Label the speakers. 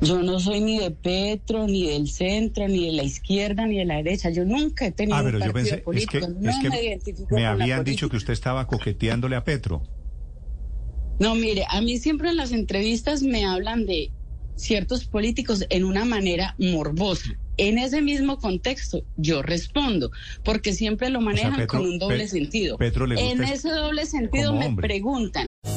Speaker 1: Yo no soy ni de Petro, ni del centro, ni de la izquierda, ni de la derecha. Yo nunca he tenido
Speaker 2: Ah, pero
Speaker 1: un
Speaker 2: yo
Speaker 1: partido
Speaker 2: pensé, es
Speaker 1: político.
Speaker 2: que,
Speaker 1: no
Speaker 2: es que
Speaker 1: me identifico
Speaker 2: me
Speaker 1: con la
Speaker 2: habían dicho
Speaker 1: política.
Speaker 2: que usted estaba coqueteándole a Petro. Ah,
Speaker 1: No, mire, a mí siempre en las entrevistas me hablan de ciertos políticos en una manera morbosa. En ese mismo contexto yo respondo, porque siempre lo manejan
Speaker 2: Petro-
Speaker 1: con un doble
Speaker 2: Pe-
Speaker 1: sentido.
Speaker 2: Petro le gusta
Speaker 1: en
Speaker 2: es-
Speaker 1: ese doble sentido
Speaker 2: como
Speaker 1: me
Speaker 2: hombre.
Speaker 1: preguntan.